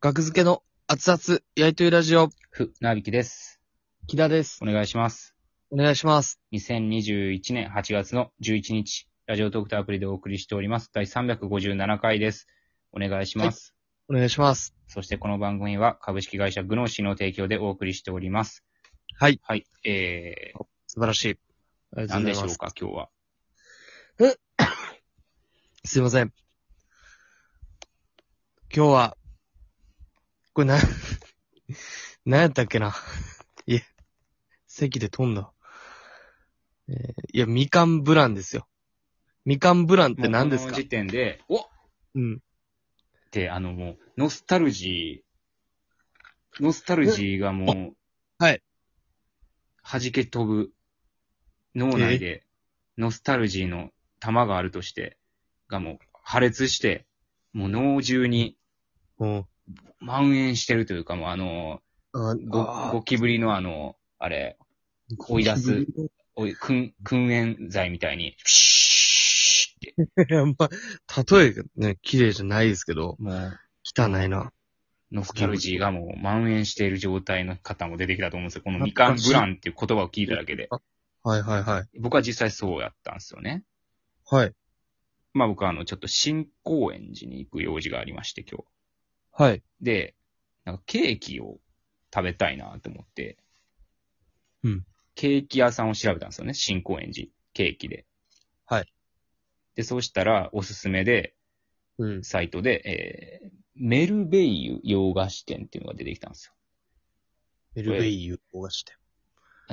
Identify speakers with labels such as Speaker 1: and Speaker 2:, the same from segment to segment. Speaker 1: 学付けの熱々、やいとりラジオ、
Speaker 2: ふ、なびきです。
Speaker 1: 木田です。
Speaker 2: お願いします。
Speaker 1: お願いします。
Speaker 2: 2021年8月の11日、ラジオトークとアプリでお送りしております。第357回です。お願いします。
Speaker 1: お願いします。
Speaker 2: そしてこの番組は株式会社グノーシーの提供でお送りしております。
Speaker 1: はい。
Speaker 2: はい。え
Speaker 1: 素晴らしい。あり
Speaker 2: ー、何でしょうか、今日は。
Speaker 1: す。すいません。今日は、これな、 何やったっけな。いえ、席で飛んだ。えーいや、みかんブランですよ。みかんブランって何です
Speaker 2: もう
Speaker 1: か
Speaker 2: この時点で、おっ
Speaker 1: うん。
Speaker 2: て、あのもう、ノスタルジー、ノスタルジーがもう、
Speaker 1: はい。
Speaker 2: 弾け飛ぶ。脳内で、ノスタルジーの玉があるとして、がもう破裂して、もう脳中に
Speaker 1: うん。
Speaker 2: 蔓延してるというか、もうあの、
Speaker 1: あ
Speaker 2: ごゴキブリのあの、あれ、追い 出す。おい、訓、訓煙剤みたいに、シーって、
Speaker 1: いや、まあ、例えがね、綺麗じゃないですけど、
Speaker 2: もう、
Speaker 1: 汚いな。
Speaker 2: ノスタルジーがもう蔓延している状態の方も出てきたと思うんですよ。このみかんブランっていう言葉を聞いただけで。
Speaker 1: はいはいはい。
Speaker 2: 僕は実際そうやったんですよね。
Speaker 1: はい。
Speaker 2: まあ僕はあの、ちょっと新高円寺に行く用事がありまして今
Speaker 1: はい。
Speaker 2: 日。で、なんかケーキを食べたいなと思って。
Speaker 1: うん。
Speaker 2: ケーキ屋さんを調べたんですよね。新高円寺。ケーキで。
Speaker 1: はい。
Speaker 2: で、そうしたら、おすすめで、
Speaker 1: うん。
Speaker 2: サイトで、えー、メルベイユ洋菓子店っていうのが出てきたんですよ。
Speaker 1: メルベイユをがして。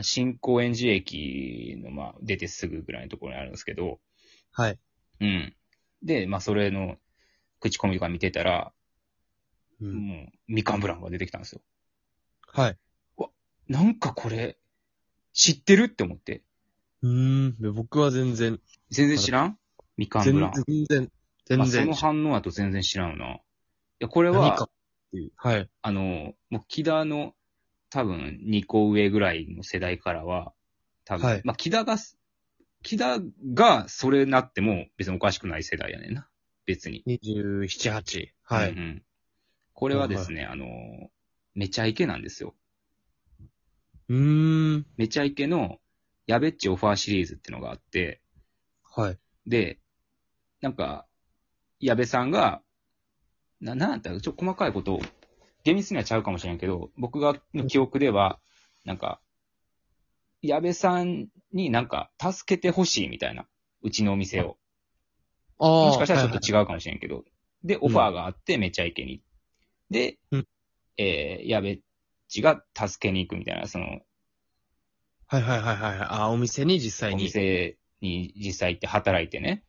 Speaker 2: 新高円寺駅の、まあ、出てすぐぐらいのところにあるんですけど、
Speaker 1: はい。
Speaker 2: うん。で、まあ、それの、口コミとか見てたら、
Speaker 1: う
Speaker 2: もう。みかんブランが出てきたんですよ。
Speaker 1: はい。
Speaker 2: なんかこれ、知ってるって思って。
Speaker 1: うーん。で僕は全然、
Speaker 2: 全然知らんみかんブラ
Speaker 1: 全
Speaker 2: ン。
Speaker 1: 然、全
Speaker 2: あそ
Speaker 1: 然
Speaker 2: の。反応だと全然知らんよな。いや、これ
Speaker 1: 何か
Speaker 2: は
Speaker 1: っ、ていう。はい。
Speaker 2: あの、もう、木田の、多分、2個上ぐらいの世代からは、多分、
Speaker 1: はい
Speaker 2: まあ、木田が、木田が、それなっても、別におかしくない世代やねんな。別に。
Speaker 1: 27、8。は
Speaker 2: うん
Speaker 1: い。
Speaker 2: うんこれはですね、あの、めちゃイケなんですよ。
Speaker 1: うーん。
Speaker 2: めちゃイケの、やべっちオファーシリーズってのがあって、
Speaker 1: はい。
Speaker 2: で、なんか、矢部さんが、な、なんだったかちょっと細かいことを、厳密にはちゃうかもしれんけど、僕が、の記憶では、なんか、矢部さんになんか、助けてほしいみたいな、うちのお店を。
Speaker 1: ああ。
Speaker 2: もしかしたらちょっ
Speaker 1: はい
Speaker 2: と違うかもしれんけど。で、オファーがあって、めちゃイケに。で
Speaker 1: うん、
Speaker 2: えー、矢部っちが助けに行くみたいな、その、
Speaker 1: はいはいはいはいはい。ああ、お店に実際
Speaker 2: お
Speaker 1: に。
Speaker 2: 店に実際行って働いてね。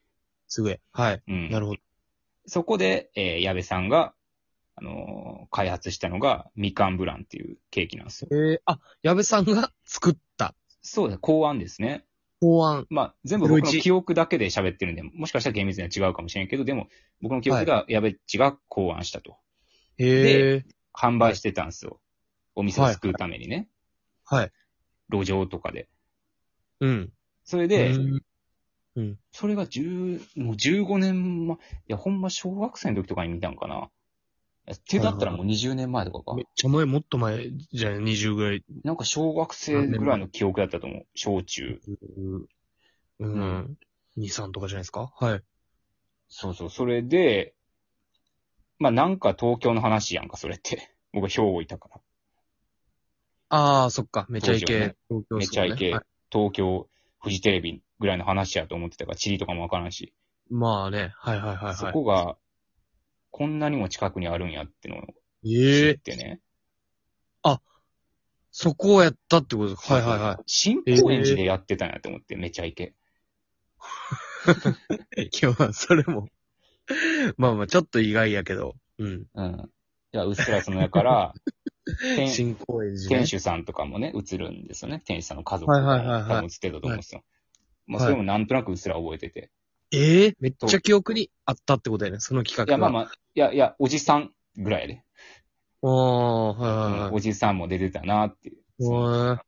Speaker 1: すごい。はい。
Speaker 2: うん。
Speaker 1: なるほど。
Speaker 2: そこで、えー、矢部さんが、あのー開発したのが、みかんブランっていうケーキなんですよ。
Speaker 1: えー、あ、矢部さんが作った
Speaker 2: そうだ、考案ですね。
Speaker 1: 考案。
Speaker 2: まあ、全部僕の
Speaker 1: うち
Speaker 2: 記憶だけで喋ってるんで、もしかしたら厳密には違うかもしれんけど、でも、僕の記憶では矢部っちが考案したと。
Speaker 1: へえ。
Speaker 2: 販売してたんですよ。お店を救うためにね。
Speaker 1: はい。
Speaker 2: 路上とかで。
Speaker 1: うん。
Speaker 2: それで、
Speaker 1: うん
Speaker 2: それが10、もう15年前、いや、ほんま小学生の時とかに見たんかな。いや手だったらもう20年前とかか。
Speaker 1: めっちゃ前、もっと前じゃん、20ぐらい。
Speaker 2: なんか小学生ぐらいの記憶だったと思う。小中。
Speaker 1: うんん。2、3とかじゃないですかはい。
Speaker 2: そうそう。それで、まあなんか東京の話やんか、それって。 僕は兵庫いたから。
Speaker 1: ああ、そっか。めちゃイケ。東京
Speaker 2: め
Speaker 1: っす
Speaker 2: ちゃ
Speaker 1: もんね
Speaker 2: イケ
Speaker 1: はい、
Speaker 2: 東京、フジテレビぐらいの話やと思ってたから、地理とかもわからんし。
Speaker 1: まあね。はいはいはい
Speaker 2: そ
Speaker 1: はい。
Speaker 2: こが、こんなにも近くにあるんやってのを
Speaker 1: え
Speaker 2: 知
Speaker 1: え
Speaker 2: ってね。。
Speaker 1: そこをやったってことですかはいはいはい
Speaker 2: 新高円寺でやってたんやと思って、めちゃイケ。
Speaker 1: い。いや、まあ、それも。 まあまあ、ちょっと意外やけど。うん。
Speaker 2: うん。いや、うっすらその やから、店
Speaker 1: 新高円寺ね。
Speaker 2: 店主さんとかもね、映るんですよね。店主さんの家族
Speaker 1: は
Speaker 2: と
Speaker 1: い
Speaker 2: か
Speaker 1: は
Speaker 2: も
Speaker 1: いはいはい
Speaker 2: 多分映ってたと思うんですよ。まあ、
Speaker 1: はい
Speaker 2: それもなんとなくうっすら覚えてて。
Speaker 1: ええめっちゃ記憶にあったってことやね。その企
Speaker 2: い
Speaker 1: 画
Speaker 2: や、
Speaker 1: は。
Speaker 2: まあまあ、いやいや、おじさんぐらいやで。
Speaker 1: おー、はいはい
Speaker 2: おじさんも出てたなっていう。その
Speaker 1: はい。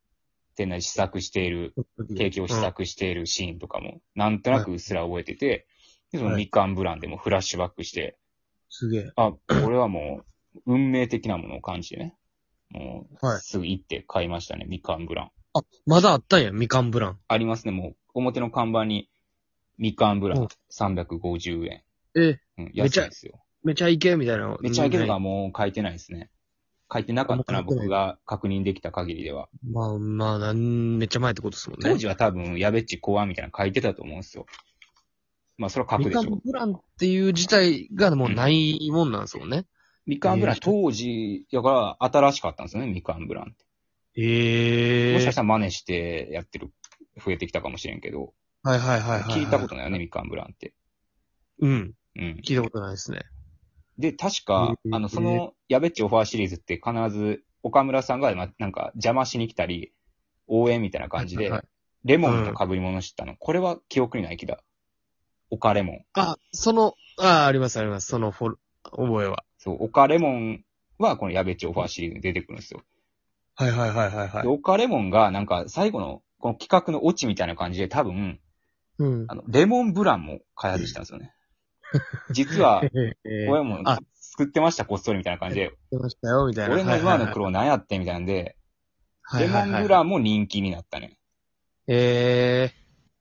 Speaker 2: 店内試作している、
Speaker 1: おー
Speaker 2: ケーキを試作しているシーンとかも、なんとなくうっすら覚えてて、でその
Speaker 1: はい
Speaker 2: みかんブランでもフラッシュバックして、
Speaker 1: すげえ。
Speaker 2: あ、これはもう、運命的なものを感じてね。もう、
Speaker 1: はい
Speaker 2: すぐ行って買いましたね、みかんブラン。
Speaker 1: あ、まだあったんや、みかんブラン。
Speaker 2: ありますね、もう、表の看板に、みかんブラ
Speaker 1: うん
Speaker 2: ン350円。
Speaker 1: え、
Speaker 2: うん、
Speaker 1: め
Speaker 2: 安
Speaker 1: ち
Speaker 2: い
Speaker 1: ゃ
Speaker 2: ですよ。
Speaker 1: めちゃいけみたいな。
Speaker 2: めちゃいけるが
Speaker 1: うん
Speaker 2: もう書いてないですね。書いてなかった
Speaker 1: あ
Speaker 2: な、
Speaker 1: んま書いてない
Speaker 2: 僕が確認できた限りでは。
Speaker 1: まあまあなん、めっちゃ前ってことですもんね。
Speaker 2: 当時は多分、やべっち怖みたいなの書いてたと思うんですよ。まあ、それは書く
Speaker 1: み
Speaker 2: で
Speaker 1: か
Speaker 2: しょ
Speaker 1: ん
Speaker 2: う。
Speaker 1: ブランっていう自体がもうないもんなんですもんね。
Speaker 2: みかんブラン、当時、だから新しかったんですよね、みかんブランって。
Speaker 1: ええー。
Speaker 2: もしかしたら真似してやってる、増えてきたかもしれんけど、
Speaker 1: はいはいはいはいはい。
Speaker 2: 聞いたことないよね、みかんブランって。
Speaker 1: うん。
Speaker 2: うん。
Speaker 1: 聞いたことないですね。
Speaker 2: で、確か、
Speaker 1: えー
Speaker 2: あの、その、やべっちオファーシリーズって必ず、岡村さんが、まなんか、邪魔しに来たり、応援みたいな感じで、
Speaker 1: はいはい
Speaker 2: レモンと被り物したの。これは記憶にない気だ。オカレモン。
Speaker 1: あ、その、あ、ありますあります。そのフォル、覚えは。
Speaker 2: そう、オカレモンはこのやべっちオファーシリーズに出てくるんですよ。
Speaker 1: はいはいはいはいは
Speaker 2: で、。オカレモンがなんか最後のこの企画のオチみたいな感じで多分、
Speaker 1: うん。
Speaker 2: あの、レモンブランも開発したんで すよね。実は、
Speaker 1: え
Speaker 2: 俺も
Speaker 1: あ
Speaker 2: 作ってました、こっそりみたいな感じで、
Speaker 1: 出ましたよ、みたいな。
Speaker 2: 俺の今の苦労何やってんみたいなんで、
Speaker 1: はい
Speaker 2: レ
Speaker 1: はいは
Speaker 2: モ
Speaker 1: い
Speaker 2: ンブランも人気になったね。
Speaker 1: ええ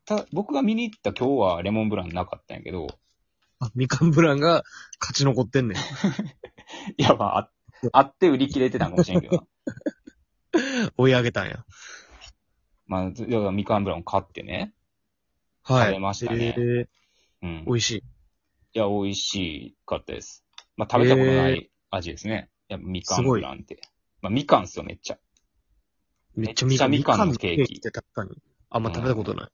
Speaker 2: た、僕が見に行った今日はレモンブランなかったんやけど、
Speaker 1: あ、みかんブランが勝ち残ってんねん。
Speaker 2: いや、まあ、ああって売り切れてたんかもしれんけどな。
Speaker 1: 追い上げたんや。
Speaker 2: まあ、だからみかんブランを買ってね。
Speaker 1: はい。
Speaker 2: 食べましたね
Speaker 1: ええ
Speaker 2: うん。
Speaker 1: 美味しい。
Speaker 2: いや、美味しかったです。まあ、食べたことない味ですね。いや、みかんブランって。まあ、みかんっすよ、めっちゃ。
Speaker 1: めっちゃ
Speaker 2: めっ
Speaker 1: み
Speaker 2: ちゃ
Speaker 1: かん
Speaker 2: みかんのケーキ
Speaker 1: みかって確かに。あんま食べたことない。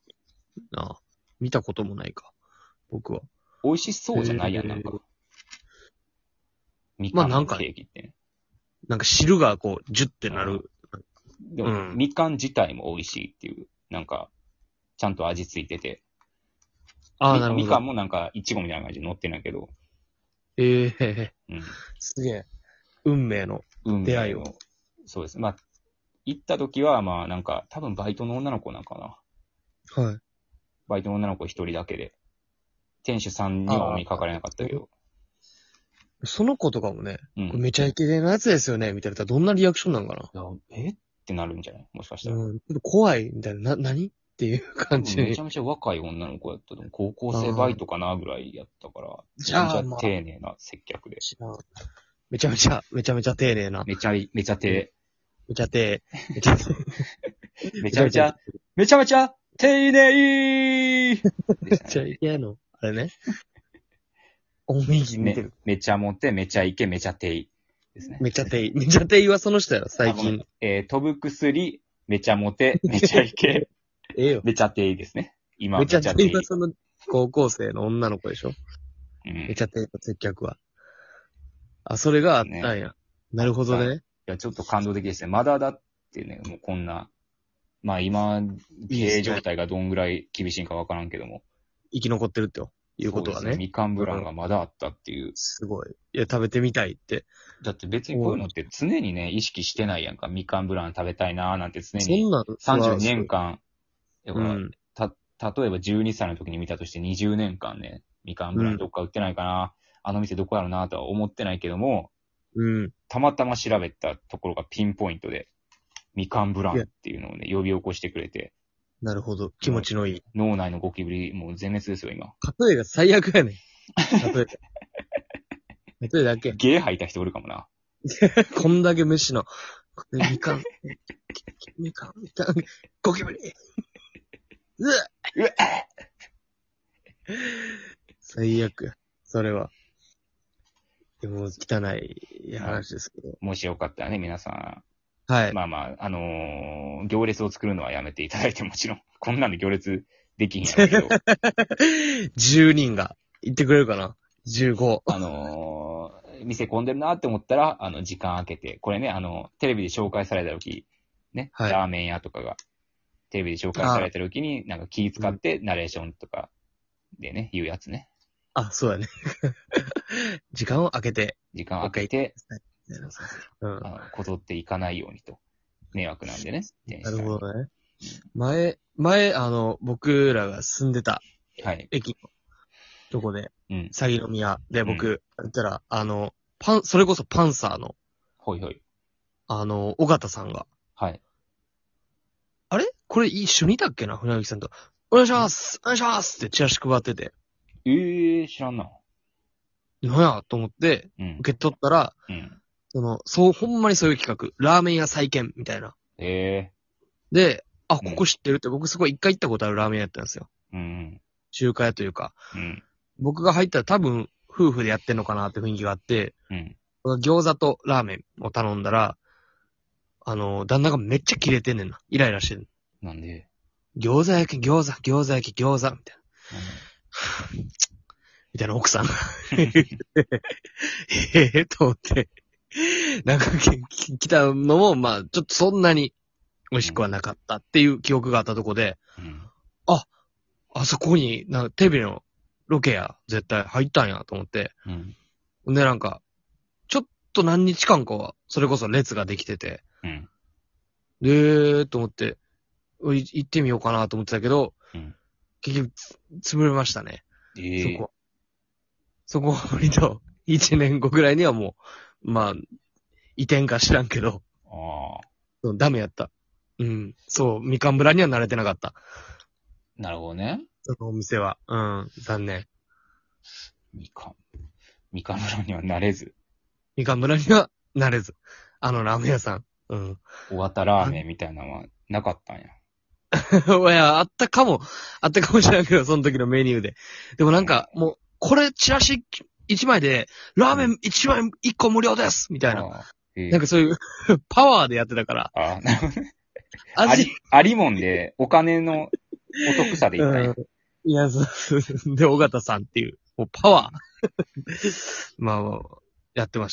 Speaker 1: なあ。見たこともないか。僕は。
Speaker 2: 美味しそうじゃないやん、
Speaker 1: へー
Speaker 2: なんか。みかん
Speaker 1: まあな
Speaker 2: の
Speaker 1: んか
Speaker 2: ケーキってね。
Speaker 1: なんか汁がこう、ジュってなる。
Speaker 2: でも、
Speaker 1: うん
Speaker 2: みかん自体も美味しいっていう。なんか、ちゃんと味ついてて。
Speaker 1: ああ、
Speaker 2: み
Speaker 1: なるほど。
Speaker 2: みかんもなんか、いちごみたいな感じで乗ってないけど。
Speaker 1: ええへへ
Speaker 2: うん。
Speaker 1: すげえ。運命の。
Speaker 2: 運命
Speaker 1: 出
Speaker 2: の
Speaker 1: 会いを。
Speaker 2: そうです。まあ、行った時は、まあ、なんか、多分バイトの女の子なんかな。
Speaker 1: はい。
Speaker 2: バイトの女の子一人だけで。店主さんにはお目にかかれなかったけど。
Speaker 1: その子とかもね、
Speaker 2: うん
Speaker 1: これめちゃイケでのやつですよね、みたいな。どんなリアクションなんか
Speaker 2: いや、えってなるんじゃないもしかした
Speaker 1: な
Speaker 2: ら。
Speaker 1: うん。ちょっと怖い、みたいな。な、何っていう
Speaker 2: 多
Speaker 1: 感
Speaker 2: 分
Speaker 1: じ
Speaker 2: め
Speaker 1: で
Speaker 2: ち。ゃめちゃ若い女の子やったと思う。高校生バイトかなぐらいやったから。め
Speaker 1: じ
Speaker 2: ちゃ
Speaker 1: ゃあ
Speaker 2: めち
Speaker 1: ま
Speaker 2: ゃ
Speaker 1: あ
Speaker 2: 丁寧な接客で。
Speaker 1: めちゃめちゃ、めちゃめちゃ丁寧な。
Speaker 2: めちゃい、めちゃ丁、
Speaker 1: めちゃ丁、めちゃ丁
Speaker 2: めちゃめ ちゃ、めちゃめちゃ丁寧で
Speaker 1: め
Speaker 2: した
Speaker 1: ちゃ
Speaker 2: ね
Speaker 1: イケの。あれ ね。おみぎ見て
Speaker 2: め
Speaker 1: る。
Speaker 2: めちゃモテ、めちゃイケ、めちゃていですね。
Speaker 1: めちゃ丁、めちゃ丁はその人やろ、最
Speaker 2: あごめ
Speaker 1: 近
Speaker 2: ん。えー飛ぶ薬、めちゃモテ、めちゃ イケ、
Speaker 1: ええよ。
Speaker 2: めちゃていですね。今、
Speaker 1: め
Speaker 2: め
Speaker 1: ち
Speaker 2: ち
Speaker 1: ゃ
Speaker 2: ゃ
Speaker 1: 丁
Speaker 2: てい。
Speaker 1: はその高校生の女の子でしょ
Speaker 2: うん
Speaker 1: めちゃ丁の接客は。あ、それがあったんや。なるほどね。
Speaker 2: いや、ちょっと感動的ですね。まだだってね、もうこんな、まあ今、
Speaker 1: い
Speaker 2: 経
Speaker 1: ですね
Speaker 2: 営状態がどんぐらい厳しいんかわからんけども。
Speaker 1: 生き残ってるということは
Speaker 2: そうです
Speaker 1: ね。
Speaker 2: みかんブランがまだあったっていう。
Speaker 1: すごい。いや、食べてみたいって。
Speaker 2: だって別にこういうのって常にね、意識してないやんか。みかんブラン食べたいなーなんて常
Speaker 1: そ
Speaker 2: に。
Speaker 1: んなん
Speaker 2: 32年間。だ
Speaker 1: う
Speaker 2: から
Speaker 1: ん。
Speaker 2: 例えば12歳の時に見たとして20年間ね、みかんブランどっか売ってないかな、あの店どこやろなとは思ってないけども、
Speaker 1: うん。
Speaker 2: たまたま調べたところがピンポイントで、みかんブランっていうのをね、呼び起こしてくれて、
Speaker 1: なるほど。気持ちのいい。
Speaker 2: 脳内のゴキブリ、もう全滅ですよ、今。
Speaker 1: 例えが最悪やねん。例 えが。例えだけ。
Speaker 2: ゲー吐いた人おるかもな。
Speaker 1: こんだけ飯の。みかん。みかん、みかん、ゴキブリ。うわ
Speaker 2: うわ
Speaker 1: 最悪や。それは。でも、汚い話ですけど。
Speaker 2: もしよかったらね、皆さ
Speaker 1: はい
Speaker 2: ん。。まあまあ、あのー行列を作るのはやめていただいてもちろん、 こんなんで行列できひんやろうけど、
Speaker 1: 10人が行ってくれるかな ?15。
Speaker 2: あのー店混んでるなって思ったら、あの、時間空けて、これね、あの、テレビで紹介された時、ね、
Speaker 1: はい
Speaker 2: ラーメン屋とかが、テレビで紹介された時に、なんか気使ってナレーションとかでね、言うやつね。
Speaker 1: あ、そうだね。時間を空けて。
Speaker 2: 時間空けて、
Speaker 1: 了解
Speaker 2: そうそうそう
Speaker 1: うん。
Speaker 2: あのこぞっていかないようにと。迷惑なんでね。店主
Speaker 1: な
Speaker 2: さん
Speaker 1: るほどね。前、前、あの、僕らが住んでた
Speaker 2: はい。
Speaker 1: 駅のとこで、
Speaker 2: うん。
Speaker 1: 詐欺の宮で僕、だったら、あの、パン、それこそパンサーの、
Speaker 2: ほいほい。
Speaker 1: あの、尾形さんが、
Speaker 2: はい。
Speaker 1: あれこれ一緒にいたっけな船木さんと。お願いしますお願いしますってチラシ配ってて。
Speaker 2: ええー、知らんな。
Speaker 1: なんやと思って、
Speaker 2: うん。
Speaker 1: 受け取ったら、
Speaker 2: うん。
Speaker 1: その、そう、ほんまにそういう企画。ラーメン屋再建みたいな。
Speaker 2: ええ
Speaker 1: で、あ、
Speaker 2: うん
Speaker 1: ここ知ってるって、僕そこ一回行ったことあるラーメン屋やったんですよ。
Speaker 2: ー。うん。
Speaker 1: 中華屋というか。
Speaker 2: うん。
Speaker 1: 僕が入ったら多分、夫婦でやってんのかなって雰囲気があって、
Speaker 2: うん。
Speaker 1: 餃子とラーメンを頼んだら、あの、旦那がめっちゃキレてんねんな。イライラしてる。
Speaker 2: なんで、
Speaker 1: 餃子焼き、餃子、餃子焼き、餃子、みたいな。みたいな奥さ んが言ってて、ええと思って。なんか、き来たのも、まあ、ちょっとそんなに美味しくはなかったっていう記憶があったとこで、
Speaker 2: うん。
Speaker 1: あそこに、なんかテレビのロケや、絶対入ったんやと思って。
Speaker 2: うん。うん。
Speaker 1: で、なんか、ちょっと何日間かは、それこそ列ができてて、
Speaker 2: うん。
Speaker 1: でーと思って、おい行ってみようかなと思ってたけど、
Speaker 2: うん
Speaker 1: 結局つ、潰れましたね。
Speaker 2: え
Speaker 1: そ
Speaker 2: え
Speaker 1: こ。そこは割と、1年 後ぐらいにはもう、まあ、移転か知らんけど、
Speaker 2: ああ。
Speaker 1: うんダメやった。うん。そう、みかん村には慣れてなかった。
Speaker 2: なるほどね。
Speaker 1: そのお店は。うん、残念。
Speaker 2: みかん。みかん村にはなれず、
Speaker 1: みかん村には慣れず。あのラーメン屋さん。うん。
Speaker 2: おわたラーメンみたいなのはなかったんや。
Speaker 1: いや、あったかも、あったかもしれないけど、その時のメニューで。でもなんか、もう、これ、チラシ1枚で、ラーメン1枚1個無料ですみたいな。
Speaker 2: ああええ
Speaker 1: なんかそう いう、パワーでやってたから、
Speaker 2: ああ、なるほどねあ
Speaker 1: 味
Speaker 2: り、 ありもんで、お金のお得さでいったんや。
Speaker 1: いや、そう そうそう。で、尾形さんっていう、もうパワー。まあ、やってました。